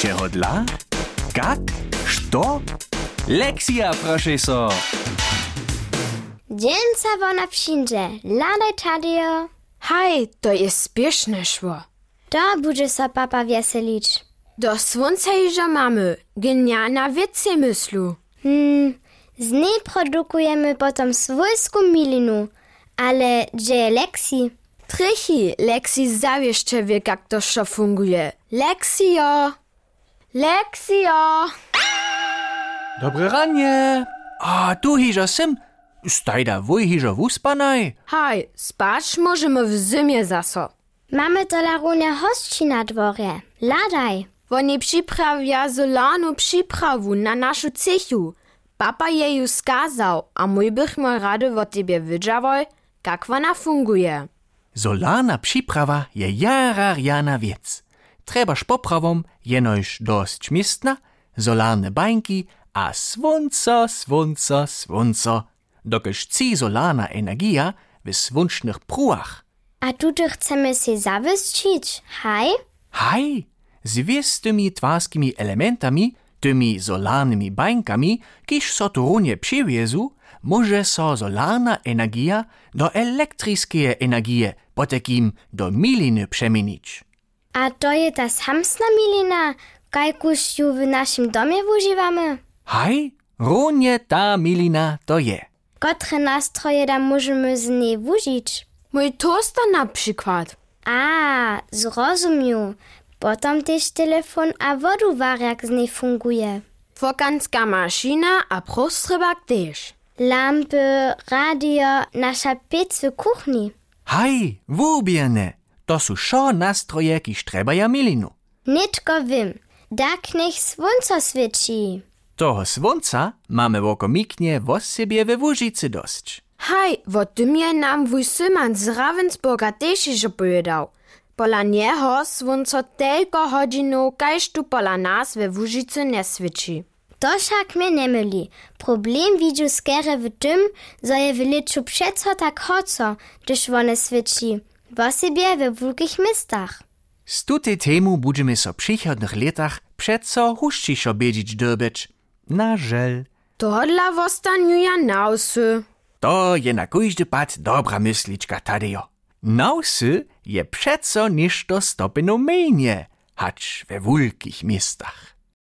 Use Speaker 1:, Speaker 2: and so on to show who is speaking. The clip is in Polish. Speaker 1: Чего для? Как? Что? Lekcja, proszę so!
Speaker 2: Dzień cały na psinże, lale tadio.
Speaker 3: Haj, to je spieszne szło.
Speaker 2: To będzie so papa wieselić.
Speaker 3: Do słońca jeżo mamy. Genialna wiece myslu.
Speaker 2: Hmm, z niej produkujemy potem swojską milinu, ale gdzie je Lexi?
Speaker 3: Trichy, Lexi zawieszcze wie, jak to szło funguje. Lexio! Lexio!
Speaker 1: Dobre ranie! A tu hiżo sym? Stajda wuj hiżo wuspanaj?
Speaker 3: Haj, spać możemy w zimie zaso.
Speaker 2: Mamy to larunie hości na dworze. Ladaj.
Speaker 3: Oni przyprawia zieloną przyprawu na naszą cechu. Papa jej ju skazał, a mój bych mal rady o tebie wiedział, jak ona funguje.
Speaker 1: Solana przyprawa je jara rjana wiec. Trebaż poprawom jenoś dość mistna, solarne bańki, a słońce, słońce, słońce. Dokaż ci solana energia w słonecznych pruach.
Speaker 2: A tutaj chcemy się zawieścić, hej?
Speaker 1: Haj, z tymi twarskimi elementami, tymi solarnymi bańkami, kiż so tu runie przywiezu, może so solarna energia do elektryskiej energii, po takim do miliny przemienić.
Speaker 2: A to je ta samsna milina, kajkuś ju w naszym domie używamy.
Speaker 1: Haj, runie ta milina to je.
Speaker 2: Kotre nastroje da możemy z niej użyć?
Speaker 3: Mój toaster na przykład.
Speaker 2: A, zrozumiał. Ah, Potem też telefon a wodowarek z niej funguje.
Speaker 3: Fokanska maszyna, a prostrybak też.
Speaker 2: Lampy, radio, nasza piec w kuchni.
Speaker 1: Haj, wubierne, to su szo nastroje, kiż trebaja milinu.
Speaker 2: Nitko wiem, tak niech słońce świeci.
Speaker 1: Toho słońca mamy wokomiknie w sobie we Wóżycy dość.
Speaker 3: Haj, o tym je nam wuj Syman z Ravensburga też już opowiadał. Pola niego słońce tylko godziną, kajż tu pola nas we Wóżycy nie świeci.
Speaker 2: To však mnie nie myli. Problem widziu skierę w tym, że je w liczu przeco tak hoco, gdyż one świeci. W sobie we wielkich mistach.
Speaker 1: Z tutej temu będziemy so przychodnych latach przeco huściszo biedzić dobyć. Na żel.
Speaker 3: To dla wostaniuja nausy.
Speaker 1: To je na każdy pad dobra myśliczka Tadejo. Nausy no je przeco niż to stopinu menie, hacz we wulkich mistach.